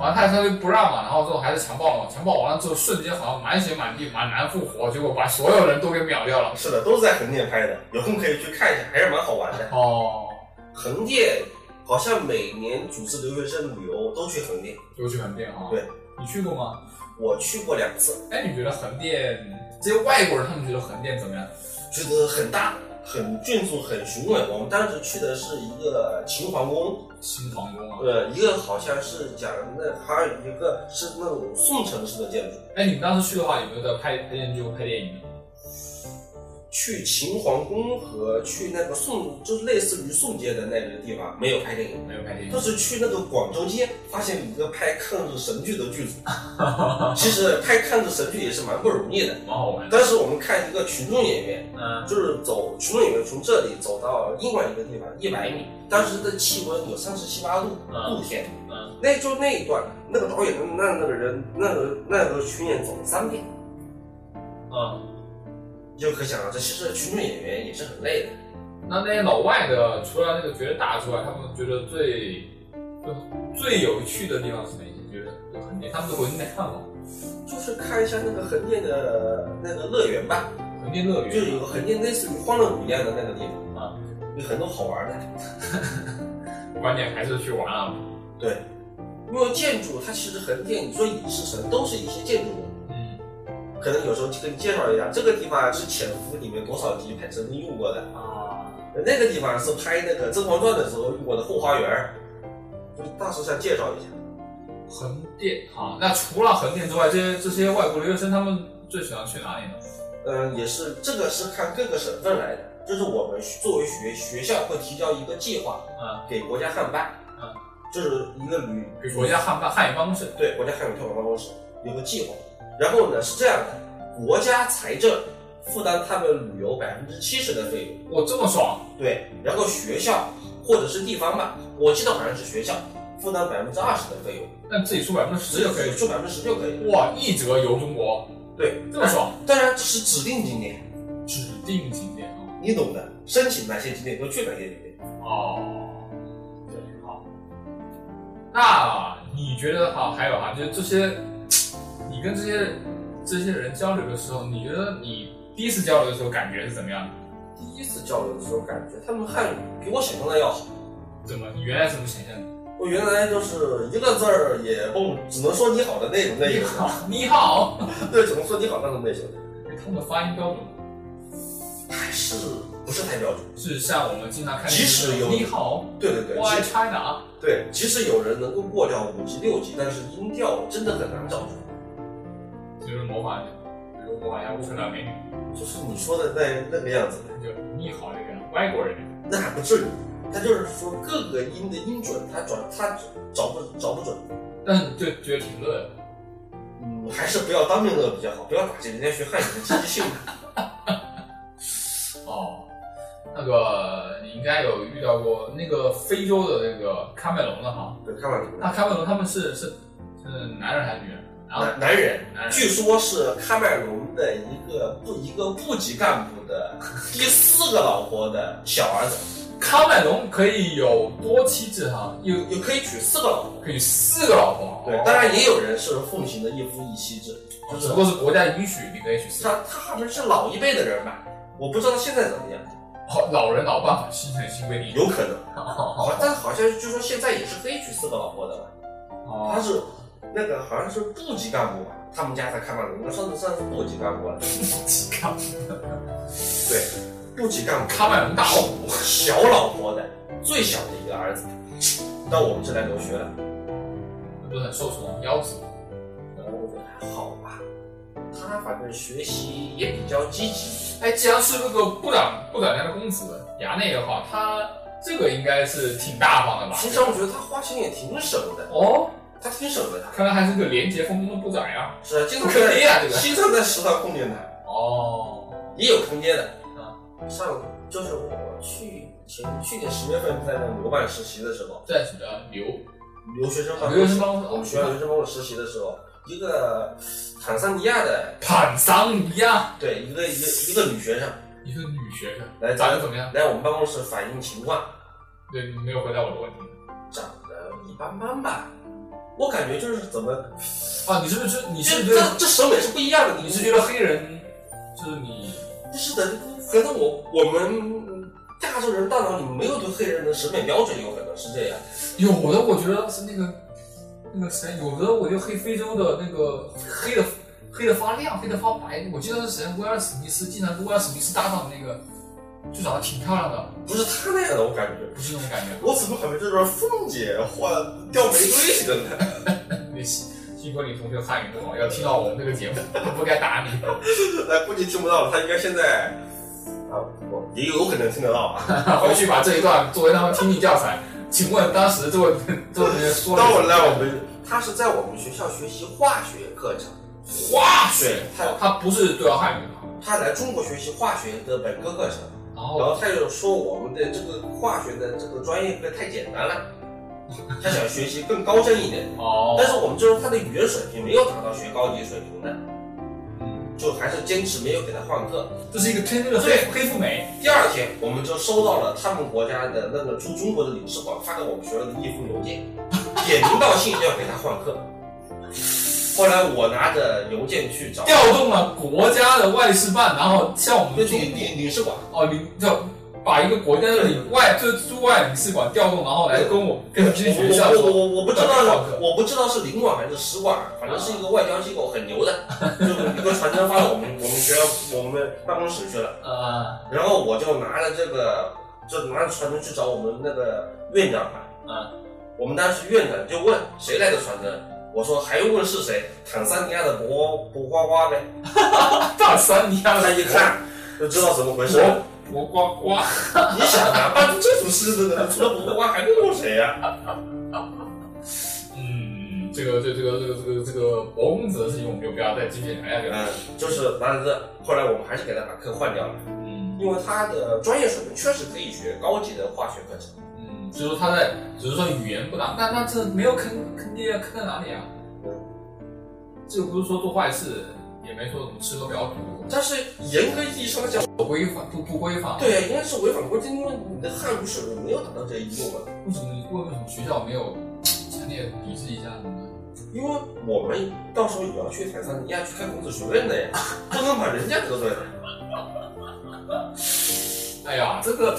S1: 好像他相当于不让嘛，然后最后还是强暴嘛，强暴完了之后瞬间好像满血满地满男复活，结果把所有人都给秒掉了。
S2: 是的，都是在横店拍的，有空可以去看一下，还是蛮好玩的。
S1: 哦，
S2: 横店好像每年组织留学生旅游都去横店，
S1: 就去横店啊？
S2: 对，
S1: 你去过吗？
S2: 我去过两次，
S1: 哎，你觉得横店这些外国人他们觉得横店怎么样？
S2: 觉得很大、很俊硕、很雄伟。我们当时去的是一个秦皇宫，
S1: 新皇宫啊？
S2: 呃，一个好像是讲那还有一个是那种宋城式的建筑。
S1: 哎，你们当时去的话，有没有在拍拍电视剧、拍电影？
S2: 去秦皇宫和去那个宋，就是类似于宋街的那个地方，没有拍电影，
S1: 没有拍电
S2: 就
S1: 影。
S2: 是去那个广州街，发现有一个拍抗日神剧的剧组。其实拍抗日神剧也是蛮不容易的。
S1: 蛮好玩的。
S2: 当时我们看一个群众演员，
S1: 嗯，
S2: 就是走群众演员从这里走到另外一个地方一百米，当时的气温有三十七八度，
S1: 嗯
S2: 露天。
S1: 嗯，
S2: 那就那一段，那个导演那那个人那个那个群演走了三遍，
S1: 嗯。
S2: 你就可想而知，其实群众演员也是很累的。
S1: 那那些老外的，除了那个觉得大之外，他们觉得最最最有趣的地方是哪些？觉得就横店，他们都回去看过。
S2: 就是看一下那个横店的那个乐园吧，
S1: 横店乐
S2: 就是有
S1: 园
S2: 个横店类似于欢乐谷一样的那个地方
S1: 啊，
S2: 有很多好玩的。
S1: 啊，关键还是去玩啊。
S2: 对，因为建筑它其实横店，你说影视城都是一些建筑物。
S1: 嗯
S2: 可能有时候就跟你介绍一下，这个地方是潜伏里面多少集拍曾经用过的，
S1: 啊，
S2: 那个地方是拍那个《甄嬛传》的时候用过的后花园儿，就是大致上介绍一下。
S1: 横店啊。那除了横店之外，这些这些外国留学生他们最喜欢去哪里呢？
S2: 嗯，也是这个是看各个省份来的，就是我们作为学学校会提交一个计划
S1: 啊，
S2: 给国家汉办
S1: 啊，
S2: 就是一个旅
S1: 给国家汉办汉语办公室
S2: 对国家汉语推广办公室有个计划，然后呢是这样的，国家财政负担他们旅游百分之七十的费用，
S1: 我这么爽，
S2: 对，然后学校或者是地方吧，我记得好像是学校负担百分之二十的费用，
S1: 但自己出百分之十就可以
S2: 出百分之十就可以了，
S1: 了。哇，一折游中国，
S2: 对，
S1: 这么爽，
S2: 当然这是指定景点，
S1: 指定景点啊。
S2: 你懂的，申请哪些景点就去哪些景点。
S1: 哦，对，好。那你觉得哈，还有哈，就是这些，你跟这些这些人交流的时候，你觉得你第一次交流的时候感觉是怎么样的？
S2: 第一次交流的时候，感觉他们汉语比我想象的要好。
S1: 怎么？你原来怎么想象的？
S2: 我原来就是一个字儿也不，只能说你好的那种类
S1: 你
S2: 型，
S1: 好，你好。
S2: 对，只能说你好那种类型，
S1: 他们的发音标准
S2: 还是不是太标准。
S1: 是像我们经常看的，
S2: 即使有
S1: 你好
S2: 对对对，
S1: ，Why
S2: 即
S1: China 啊？
S2: 对，即使有人能够过掉五级六级，但是音调真的很难找出来。
S1: 就是模仿，比如模仿一下乌克兰美女，
S2: 就是你说的那那个样子，
S1: 就你好这个人，外国人，
S2: 那还不至于。他就是说各个音的音准，他转他找不找不准。
S1: 但是就觉得挺乐的。
S2: 嗯，还是不要当面乐比较好，不要打击人家学汉语的积极性。
S1: 哦，那个你应该有遇到过那个非洲的那个喀麦隆的哈，
S2: 对，开玩笑。
S1: 那喀麦隆他们是是是男人还是女人？啊，
S2: 男男人，
S1: 男人
S2: 据说是喀麦隆的一个部一个部级干部的第四个老婆的小儿子，
S1: 喀麦隆可以有多妻制哈，有
S2: 有可以娶四个老婆。
S1: 可以四个老婆。
S2: 对
S1: 哦，
S2: 当然也有人是奉行的一夫一妻制，就
S1: 只
S2: 是
S1: 不过是国家允许你可以娶四个。
S2: 他他们是老一辈的人吧，我不知道现在怎么样，
S1: 好，哦老人老办法，新人新规定。
S2: 有可能。
S1: 哦
S2: 好，但好像据说现在也是可以娶四个老婆的吧？
S1: 哦
S2: 他是那个好像是部级干部吧，他们家在喀麦隆，那算是算是部级干部了。
S1: 看
S2: 对，部级干部
S1: 喀麦隆大王，
S2: 小老婆的最小的一个儿子到我们这来留学了。
S1: 不是很受宠腰子。
S2: 然后我觉得还好吧，他反正学习也比较积极。
S1: 哎，既然是那个部长部长家的公子衙内的话，他这个应该是挺大方的吧？
S2: 平常我觉得他花钱也挺省的，
S1: 哦，
S2: 他挺省的他。
S1: 看来还是个廉洁丰功的部长呀。
S2: 是啊，经
S1: 不
S2: 常
S1: 可
S2: 在
S1: 以啊，这个。
S2: 经常在食堂碰见他。
S1: 哦，
S2: 也有空间的啊。上就是我去前去年十月份在那个国办实习的时候，
S1: 在什么刘
S2: 留学生办
S1: 啊留
S2: 公
S1: 学
S2: 室
S1: 生，哦办公室
S2: 我们学校留学生办公室实习的时候，一个坦桑尼亚的
S1: 坦桑尼亚
S2: 对一个一个一个女学生
S1: 一个女学生，
S2: 来
S1: 长
S2: 咱
S1: 得怎么样？
S2: 来我们办公室反映情况，
S1: 对，你没有回答我的问题。
S2: 长得一般般吧。我感觉就是怎么，
S1: 啊，你是不是你是
S2: 这
S1: 不是觉
S2: 这
S1: 得
S2: 这审美是不一样的。
S1: 你
S2: 你
S1: 是
S2: 是
S1: 觉得黑人就是你
S2: 不是的？可能我我们亚洲人大脑里没有对黑人的审美标准，有可能是这样。
S1: 有的我觉得是那个那个谁，有的我觉得黑非洲的那个黑的黑的发亮，黑的发白。我记得是谁，威尔史密斯，经常跟威尔史密斯搭档的那个，就长得挺漂亮的，
S2: 不是他那样的，我感觉。
S1: 不是那种感觉。
S2: 我怎么感觉这边凤姐换掉玫瑰似的呢？
S1: 那幸幸亏你同学汉语不好，要听到我们这个节目， 不该打你。
S2: 那估计听不到了，她应该现在啊，我也有可能听得到啊。
S1: 回去把这一段作为他们听力教材。请问当时这位这位同学说了
S2: 当
S1: 什
S2: 我
S1: 么？
S2: 来我们，她是在我们学校学习化学课程，
S1: 化学
S2: 对，
S1: 哦
S2: 她
S1: 他不是对外汉语的。
S2: 她来中国学习化学的本科课程，
S1: 然
S2: 然
S1: 后
S2: 后她就说我们的这个化学的这个专业课太简单了，她想学习更高深一点。但
S1: 哦，
S2: 是我们就是她的语言水平没有达到学高级水平的，就还是坚持没有给她换课。
S1: 这是一个真正的黑黑富美。
S2: 第二天，我们就收到了他们国家的那个驻中国的领事馆发给我们学校的一封邮件，点名道姓要给他换课。后来我拿着邮件去找
S1: 调动了国家的外事办，然后向我
S2: 就
S1: 们中
S2: 领领领事馆，
S1: 哦，你就把一个国家的领外，就是驻外领事馆调动，然后来跟我跟我们这些学校
S2: 我我
S1: 说，
S2: 我我不知
S1: 要给他
S2: 道
S1: 换课
S2: 我不知道是领馆还是使馆，反正是一个外交机构，很牛的，就一个传真发到我们我们学校我们办公室去了。
S1: 呃，
S2: 然后我就拿着这个，就拿着传真去找我们那个院长嘛。
S1: 啊，
S2: 我们当时院长就问谁来的传真，我说还用问是谁？坦桑尼亚的博博呱呱呗。
S1: 大三你要
S2: 啊他
S1: 来
S2: 一看就知道怎么回事。
S1: 我我呱呱，
S2: 你想啊，办出这种事的人，除了博呱还能用谁啊 呀、
S1: 嗯，这个这这个这个这个这个博公子的事情，我们就不要再继续聊下去了。
S2: 嗯，就是完了这，后来我们还是给他把课换掉了，
S1: 嗯
S2: 因为他的专业水平确实可以学高级的化学课程。
S1: 嗯，所以说他在只是说语言不当，那那这没有坑坑爹坑在哪里啊？这个不是说做坏事，也没说什么吃喝嫖赌，
S2: 但是严格意义上讲，
S1: 不规范不不规范。
S2: 对呀、啊应该是违反规定，因为你的汉语水平没有达到这一步嘛。
S1: 为什么为为什么学校没有强烈抵制一下呢？
S2: 因为我们到时候也要去坦桑尼亚去看孔子学院的呀， 不能把人家得罪了。
S1: 哎呀，这个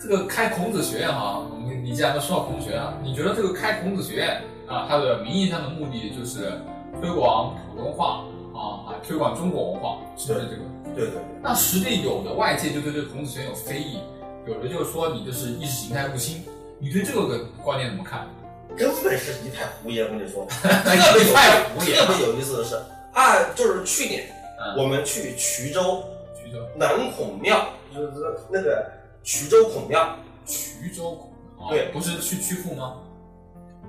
S1: 这个开孔子学院哈，我们你既然都说到孔子学院了，你觉得这个开孔子学院啊，它的名义上的目的就是推广普通话啊，啊推广中国文化，是不是这个？
S2: 对对对，
S1: 那实际有的外界就对这个孔子学院有非议，有的就是说你就是意识形态入侵，你对这个观念怎么 看？
S2: 根本是一派胡言，我跟你 说。
S1: 特别太无言
S2: 特别有意思的是，啊，就是去年、
S1: 嗯
S2: 我们去衢州
S1: 衢州，
S2: 南孔庙，就是那个衢州孔庙，
S1: 衢州孔子啊
S2: 对
S1: 不是去曲阜吗？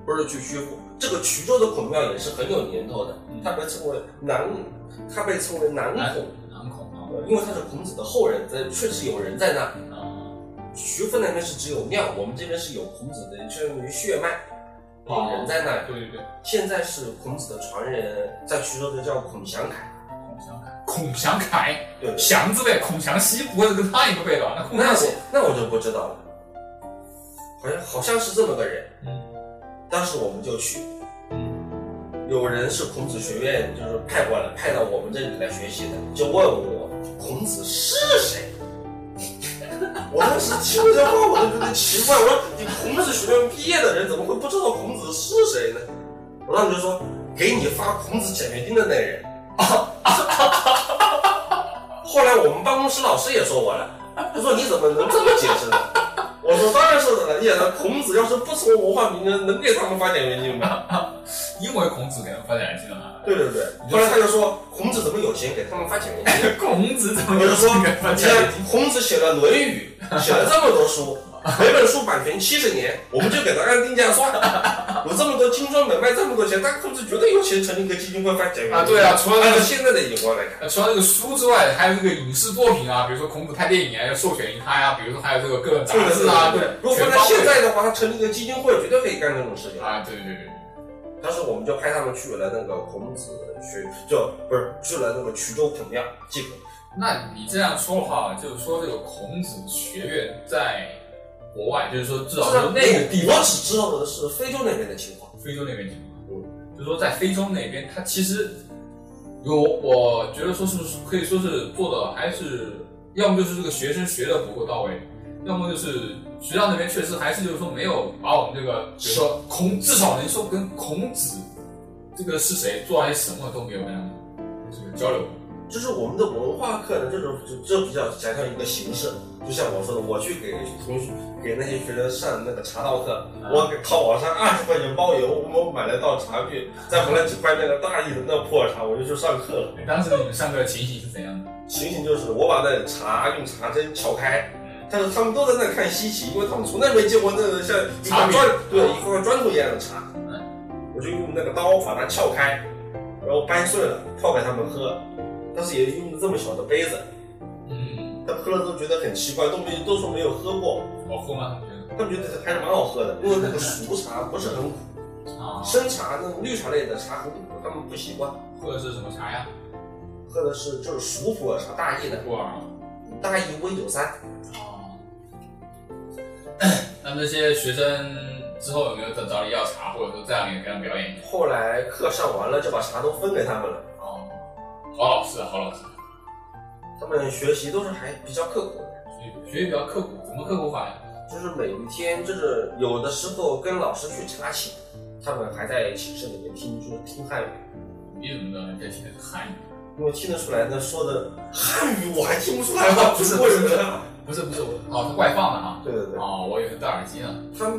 S2: 不是去曲阜。这个衢州的孔庙也是很有年头的
S1: 嗯，
S2: 它被称为南，它被称为南
S1: 南
S2: 孔，
S1: 南孔啊
S2: 呃因为它是孔子的后人，在确实有人在那。
S1: 啊
S2: 徐阜那边是只有庙，我们这边是有孔子的相当于血脉，
S1: 哦
S2: 有人在那里。
S1: 对对对，
S2: 现在是孔子的传人，在徐州的叫孔祥凯。
S1: 孔祥凯，孔祥凯。
S2: 对，
S1: 祥字辈，孔祥熙不会是跟他一个辈吧？那孔
S2: 那
S1: 祥熙
S2: 我那我就不知道了，好像好像是这么个人。
S1: 嗯，
S2: 当时我们就去，
S1: 嗯
S2: 有人是孔子学院就是派过来派到我们这里来学习的，就问我孔子是谁。我当时听这话我都觉得奇怪，我说你孔子学院毕业的人怎么会不知道孔子是谁呢？我当时就说给你发孔子奖学金的那人。后来我们办公室老师也说我了，他说你怎么能这么解释呢？我说当然是的了，叶呢，孔子要是不从文化名人，能给他们发奖学金吗？
S1: 因为孔子给他们发展进来，
S2: 对对对。后来他就说孔子怎么有钱给他们发奖学 金？
S1: 孔子怎么
S2: 我
S1: 有
S2: 就说
S1: 资格发
S2: 你
S1: 展？
S2: 看孔子写了《论语》，写了这么多 书，每本书版权七十年，我们就给他按定 价算。有这么多精装本卖这么多钱，但孔子绝对有钱成立一个基金会发奖学金
S1: 啊，对啊，除了那
S2: 按照
S1: 个。
S2: 现在的眼光来看，
S1: 呃除了这个书之外，还有这个影视作品啊，比如说孔子拍电影啊，要授权于他呀、比如说还有这个各种杂志啊，对，
S2: 如果放
S1: 全
S2: 在
S1: 方
S2: 现
S1: 位
S2: 在的话，他成立一个基金会，绝对可以干这种事情。
S1: 啊，对对对，
S2: 当时我们就派他们去了那个孔子学，就不是去了那个衢州孔庙祭孔。
S1: 那你这样说的话，就是说这个孔子学院在国外，就是说至少是那个地方
S2: 啊哎我，只知道的是非洲那边的情况。
S1: 非洲那边情况，就说在非洲那边，它其实有，我觉得说是可以说是做的还是，要么就是这个学生学的不够到位，要么就是学校那边确实还是就是说没有把我们这个，比如说孔，至少能说跟孔子这个是谁做些什么都没有那样的这个交流。
S2: 就是我们的文化课呢，这种就这比较强调一个形式，就像我说的，我去给同学给那些学生上那个茶道课，
S1: 啊
S2: 我给淘宝上二十块钱包邮，我买了道茶具，再回来几块那个大一的那破茶，我就去上课了。
S1: 哎当时你们上课的情形是怎样的？
S2: 情形就是我把那茶用茶针撬开，
S1: 嗯
S2: 但是他们都在那看稀奇，因为他们从来没见过那个像一
S1: 茶饼
S2: 块
S1: 嗯
S2: 砖对一块砖头一样的茶。我就用那个刀把它撬开，然后掰碎了泡给他们喝，但是也用这么小的杯子，
S1: 嗯，
S2: 他们喝了都觉得很奇怪，都没都说没有喝过，
S1: 好哦喝吗？你觉得？
S2: 他们觉得还是蛮好喝的，因为那个熟茶不是很苦，
S1: 啊，
S2: 生茶那种绿茶类的茶很苦，他们不习惯。
S1: 喝的是什么茶呀？
S2: 喝的是就是熟普洱茶，大邑的
S1: 普洱。
S2: 大邑 V 九三，
S1: 哦，那这些学生之后有没有再找你要茶，或者说这样也给他们表演一下？
S2: 后来课上完了就把茶都分给他们了。
S1: 哦，好老师啊，好老师，
S2: 他们学习都是还比较刻苦的，
S1: 学学习比较刻苦，怎么刻苦法呀？
S2: 就是每一天就是有的时候跟老师去查寝，他们还在寝室里面听就是听汉语，
S1: 你怎么知道人家听的是汉语？
S2: 因为听得出来他说的汉语我还听 不出来吗？中国人的，
S1: 不是不是，我哦，是外放的啊。
S2: 对对对，
S1: 哦，我以为是戴耳机呢。
S2: 他们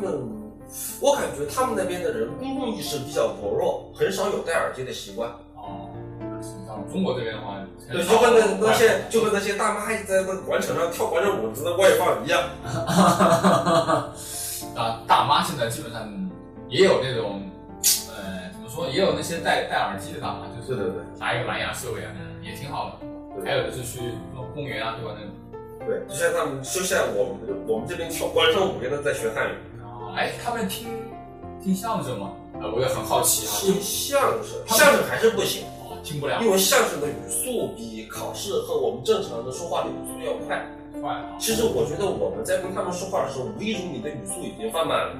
S2: 我感觉他们那边的人公共意识比较薄弱，很少有戴耳机的习惯。
S1: 哦，像中国这边的话，
S2: 对，就跟
S1: 哦
S2: 那那些就跟那些大妈一直在那广场上跳广场舞，直在外放一样。
S1: 啊，大妈现在基本上也有那种，呃，怎么说，也有那些戴戴耳机的大妈，就是
S2: 对对
S1: 拿一个蓝牙设备啊，那种也挺好的。
S2: 对
S1: 还有就是去那种公园啊，对吧？那种。
S2: 对，就像他们，就像我们我们这边跳广场舞一样的在学汉语。
S1: 哦，哎，他们听听相声吗？呃，我也很好奇啊，
S2: 是相声，相声还是不行，
S1: 哦，听不了，
S2: 因为相声的语速比考试和我们正常的说话的语速要快。
S1: 快啊！
S2: 其实我觉得我们在跟他们说话的时候，无意中你的语速已经放慢了，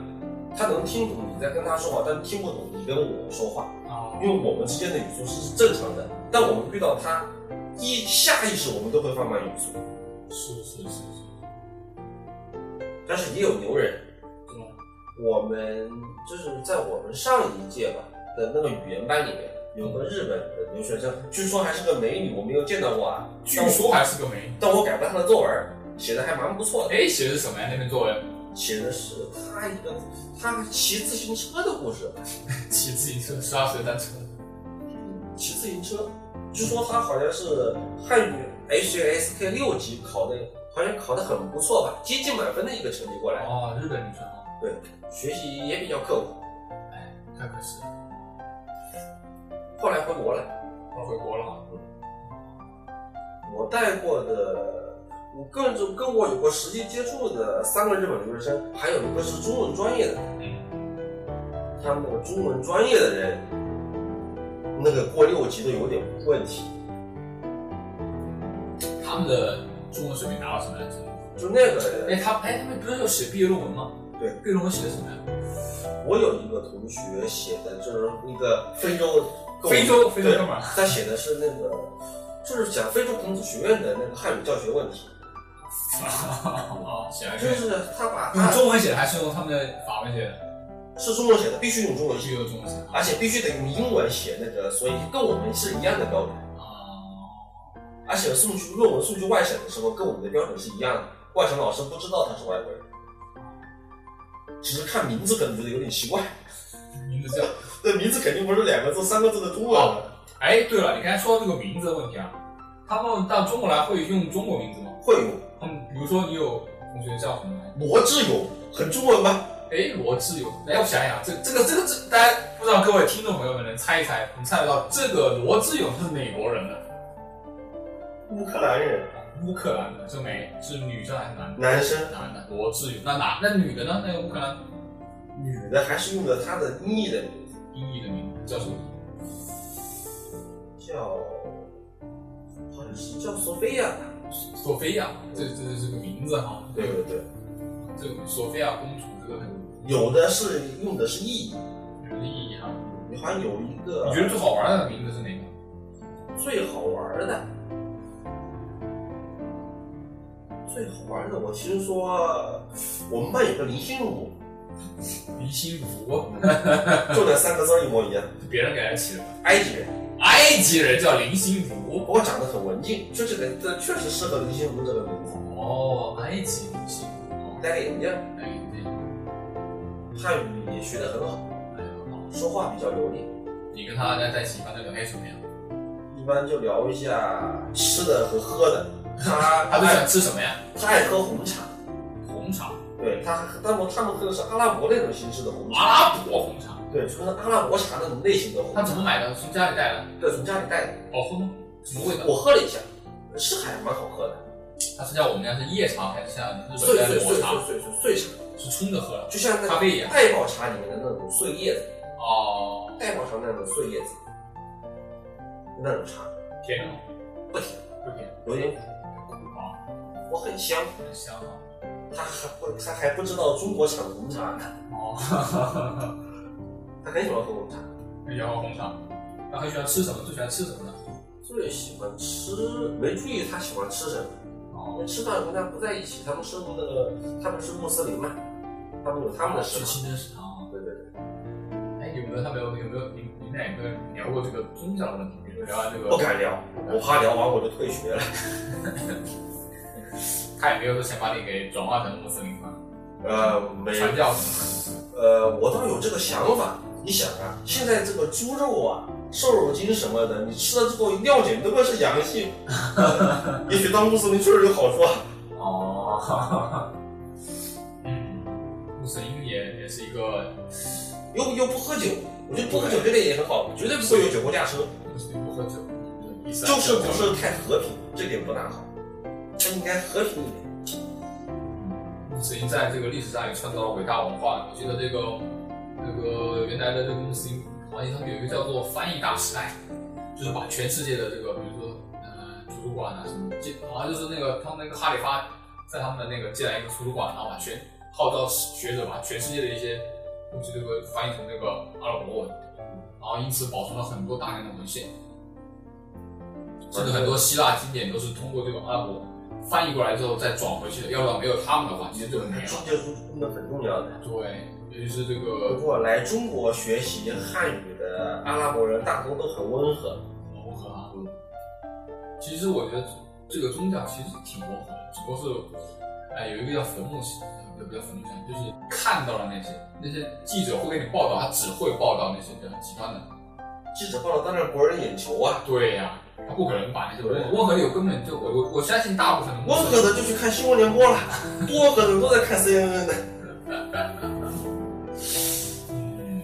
S2: 他能听懂你在跟他说话，但听不懂你跟我说话。
S1: 哦
S2: 因为我们之间的语速是正常的，但我们遇到他，一下意识我们都会放慢语速。
S1: 是是是是，
S2: 但是也有牛人，
S1: 对吧？
S2: 我们就是在我们上一届吧的那个语言班里面，有个日本的留学生，据说还是个美女，我没有见到过啊。
S1: 据
S2: 但我
S1: 说还是个美女。
S2: 但我改过她的作文，写的还蛮不错的，
S1: 哎，写的是什么呀？那篇作文？
S2: 写的是她一个她骑自行车的故事。
S1: 骑自行车，十二岁单车。
S2: 骑自行车，据说他好像是汉语 HSK 六级考的，好像考得很不错吧，接近满分的一个成绩过来，
S1: 哦，日本女生哦，
S2: 学习也比较刻苦。
S1: 太可惜了，
S2: 后来回国了，
S1: 我回国了。啊
S2: 我带过的，我跟就跟我有过实际接触的三个日本留学生，还有一个是中文专业的，
S1: 嗯，
S2: 他们那个中文专业的人，那个过六级的有点问题，
S1: 他们的中文水平达到什么样的程度？
S2: 就那个
S1: 哎，他哎，他们不是有写毕业论文吗？
S2: 对
S1: 毕业论文写的什么呀？
S2: 我有一个同学写的就是一个非洲跟我
S1: 非洲非洲
S2: 对
S1: 干嘛
S2: 他写的是那个，就是讲非洲孔子学院的那个汉语教学问题，
S1: 哦，写了一
S2: 啊就
S1: 篇。
S2: 是他把
S1: 用
S2: 他
S1: 中文写的还是用他们的法文写的？
S2: 是中文写的，必须用中文
S1: 是
S2: 写，
S1: 用中文写的。
S2: 而且必须得用英文写那个，所以跟我们是一样的标准。
S1: 啊，
S2: 而且送去论文送去外省的时候，跟我们的标准是一样的，外省老师不知道他是外国人，只是看名字可能觉得有点奇怪，
S1: 名字叫
S2: 那名字肯定不是两个字、三个字的中文
S1: 哦哎，对了，你刚才说到这个名字的问题啊，他们到中国来会用中国名字吗？
S2: 会有
S1: 他们比如说你有同学叫什么来？
S2: 罗志勇，很中文吧？
S1: 哎，罗志勇。哎，我想一想，这这个这个这，大家不知道各位听众朋友们能猜一猜，能猜得到这个罗志勇是哪国人的？
S2: 乌克兰人，
S1: 乌克兰的，这没是女生还是男的？
S2: 男生
S1: 男的，罗志勇。那男那女的呢？那个乌克兰
S2: 女的还是用的她的音译的名字，
S1: 音译的名字叫什么？
S2: 叫好像是叫索菲亚吧。
S1: 索菲亚，这这这是个名字哈。
S2: 对，对对，
S1: 这个索菲亚公主这个很
S2: 有的是用的是意译，
S1: 有的意义哈。
S2: 好像有一个
S1: 你觉得最好玩的名字是哪个？
S2: 最好玩的，最好玩的，我听说我们班有个林心如，
S1: 林心如，
S2: 就那三个字儿一模一样，
S1: 别人给他起的。
S2: 埃及人，
S1: 埃及人叫林心
S2: 不
S1: 如。
S2: 过长得很文静，就这个这确实适合林心如这个名字，
S1: 哦，埃及林心如。
S2: 戴个眼镜，
S1: 哎，
S2: 汉语也学得很好，说话比较流利。
S1: 你跟他在在一起一般都聊些什么呀？
S2: 一般就聊一下吃的和喝 的。他
S1: 他最喜欢吃什么呀？
S2: 他爱喝红茶，
S1: 红茶，
S2: 对他，但我他们喝的是阿拉伯那种形式的红茶，
S1: 阿拉伯红茶。
S2: 对，就是阿拉伯茶那种类型的红
S1: 他
S2: 茶。
S1: 怎么买的？从家里带的。
S2: 对，从家里带的，
S1: 好喝吗？什么味道？
S2: 我喝了一下，是还蛮好喝的，
S1: 他是像我们家是夜茶，还是像日
S2: 碎
S1: 本家
S2: 碎
S1: 的
S2: 碎
S1: 抹
S2: 碎
S1: 茶？
S2: 碎碎碎茶，
S1: 是冲着喝的。
S2: 就像那
S1: 咖
S2: 个
S1: 啡一样
S2: 爱宝茶里面的那种碎叶子，
S1: 哦，
S2: 爱宝茶那种碎叶子，那种茶
S1: 甜吗？
S2: 不甜，
S1: 不甜。
S2: 有点苦，
S1: 啊，
S2: 我很香。
S1: 很香 啊。
S2: 他还不他还不知道中国产红茶呢，
S1: 哦，
S2: 他很喜欢喝红茶。
S1: 那摇红茶。他很喜欢吃什么？最喜欢吃什么呢？
S2: 最喜欢吃，没注意他喜欢吃什么。
S1: 哦
S2: 我，们吃饭跟他不在一起，他们是那个，他们是穆斯林嘛，他们有他们的
S1: 去
S2: 食堂。
S1: 清真食堂。
S2: 对对对，
S1: 哎，有没有他们有有没有你你们两个聊过这个宗教的问题？比如聊完这个，
S2: 不敢聊，我怕聊完我就退学了。
S1: 他也没有说想把你给转化成穆斯林吧？
S2: 呃，没，
S1: 传教
S2: 呃，我倒有这个想法。你想啊，现在这个猪肉啊、瘦肉精什么的，你吃了之后尿检都会是阳性，呃 也许当穆斯林确实有好处啊。
S1: 哦， 嗯，穆斯林也也是一个
S2: 又又不喝酒，我觉得不喝酒这点也很好，绝对不会有酒后驾车，
S1: 穆斯林不喝酒，有意思啊
S2: 就是不是太和平，这点不大好，他应该和平一点。
S1: 穆斯林在这个历史上也创造了伟大文化。我记得这个这个原来的这个穆斯林，好像他们有一个叫做翻译大时代，就是把全世界的这个，比如说呃图书馆啊什么，就好像就是那个他们那个哈里发在他们的那个建了一个图书馆，然后把全号召学者把全世界的一些东西都给翻译成那个阿拉伯文，然后因此保存了很多大量的文献，甚至很多希腊经典都是通过这个阿拉伯。翻译过来之后再转回去的，要不然没有他们的话，其实就没有了。
S2: 这是真的很重要的。
S1: 对，尤其是这
S2: 不
S1: 个
S2: 过来中国学习汉语的阿拉伯人大多都很温和，
S1: 融合啊。其实我觉得这个宗教其实挺融合的，只不过是，哎，有一个叫坟墓学，也不叫坟墓学，就是看到了那些那些记者会给你报道，他只会报道那些比较极端的。
S2: 记者报道当然博人眼球啊。
S1: 对呀、他不可能把那些温和的有根本就我我我相信大部分的
S2: 温和的就去看新闻联播了，不温和的都在看 CNN 的。
S1: 嗯，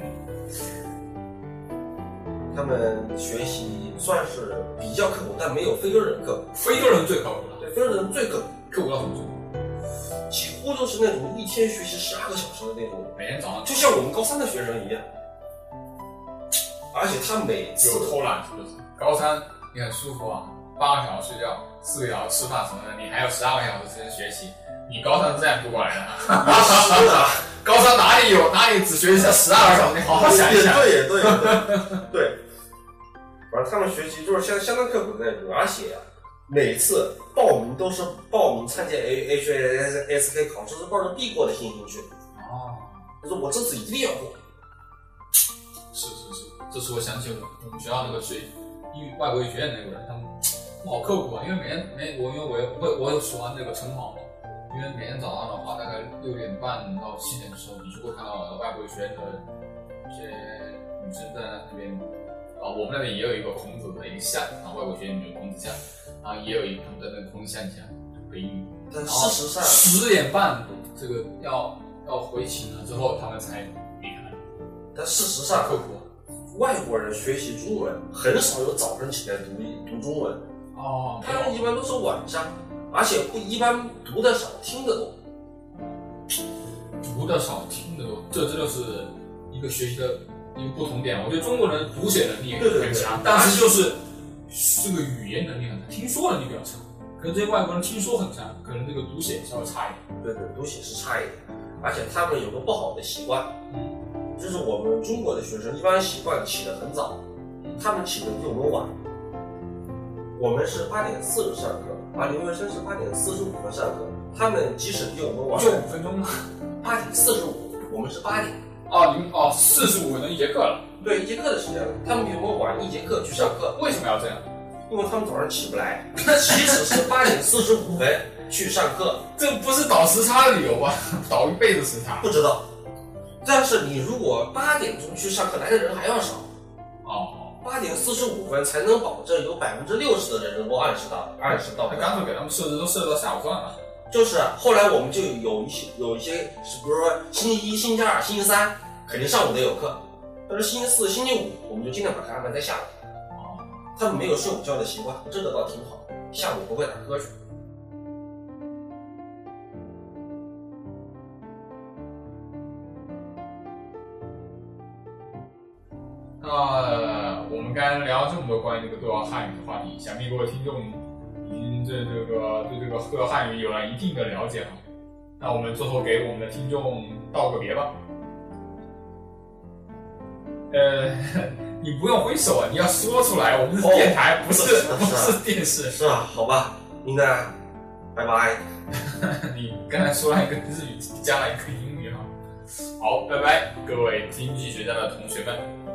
S2: 他们学习算是比较刻苦，但没有非洲人刻苦。
S1: 非洲人最靠谱了，
S2: 对，非洲人最刻苦，
S1: 刻苦到什么程度？
S2: 几乎就是那种一天学习十二个小时的那种，
S1: 每天早上
S2: 就像我们高三的学生一样。而且他每次
S1: 有 偷懒是不是？高三你很舒服啊，八个小时睡觉，四个小时吃饭什么的，你还有十二个小时时间学习。你高三是这样度过来的 啊？
S2: 真的啊
S1: 高三哪里有哪里只学一下十二个小时？你好好想一想。
S2: 对对对 对，反正他们学习就是相相当刻苦的那种，而且啊每次报名都是报名参加 A H S S K 考试是抱着必过的信心去，
S1: 哦，
S2: 就是我这次一定要过。
S1: 是是是，这是我想起我我们学校那个学英语外国语学院那个人，他们好刻苦啊，因为每天每我因为我我我有喜欢那个晨跑嘛，因为每天早上的话，大概六点半到七点的时候，你就会看到外国语学院的一些女生在那边啊，我们那边也有一个孔子的一个像，啊，外国学院有孔子像，啊，也有一个他们在那个孔子像底下背英语，
S2: 但
S1: 然后
S2: 事实上，
S1: 十点半这个要要回寝了之后，他们才离开，
S2: 但事实
S1: 太
S2: 上，
S1: 刻苦了。
S2: 外国人学习中文很少有早晨起来读一读中文，
S1: 哦
S2: 他们一般都是晚上，而且不一般读的少，听得懂。
S1: 读的少，听的多，这真的是一个学习的一个不同点。我觉得中国人读写能力
S2: 对对对
S1: 很强，但是就是这个语言能力很强，听说能力比较差。可能这些外国人听说很强，可能这个读写稍微差一点。
S2: 对对，读写是差一点，而且他们有个不好的习惯，
S1: 嗯，
S2: 就是我们中国的学生一般习惯起得很早，他们起得比我们晚。我们是八点四十上课，而留学生是八点四十五分上课，他们即使比我们晚
S1: 就，五分钟吗？
S2: 八点四十五，我们是八点，
S1: 哦，你们哦，四十五分钟一节课了，
S2: 对，一节课的时间，他们比我们晚一节课去上课，
S1: 为什么要这样？
S2: 因为他们早上起不来， 即使是八点四十五分去上课，
S1: 这不是倒时差的理由 吧？倒一辈子时差。
S2: 不知道。但是你如果八点钟去上课，来的人还要少。
S1: 哦，
S2: 八点四十五分才能保证有百分之六十的人能够按时到按时到
S1: 那。干脆给他们设置都设置到下午算了。
S2: 就是啊后来我们就有一些有一些，比如说星期一、星期二、星期三肯定上午得有课，但是星期四、星期五我们就尽量把它安排在下午。
S1: 哦，
S2: 他们没有睡午觉的习惯，这个倒挺好，下午不会打瞌睡。
S1: 那我们刚才聊了这么多关于这个对话汉语的话题，想必各位听众已经对这个对这个对话汉语有了一定的了解了。那我们最后给我们的听众道个别吧。呃，你不用挥手啊，你要说出来，我们是
S2: 哦
S1: 电台，不是
S2: 是
S1: 不
S2: 是
S1: 是电视。
S2: 是啊，好吧，应该，拜拜。
S1: 你刚才说了一个日语，加了一个英语哈。好，拜拜，各位经济学家的同学们。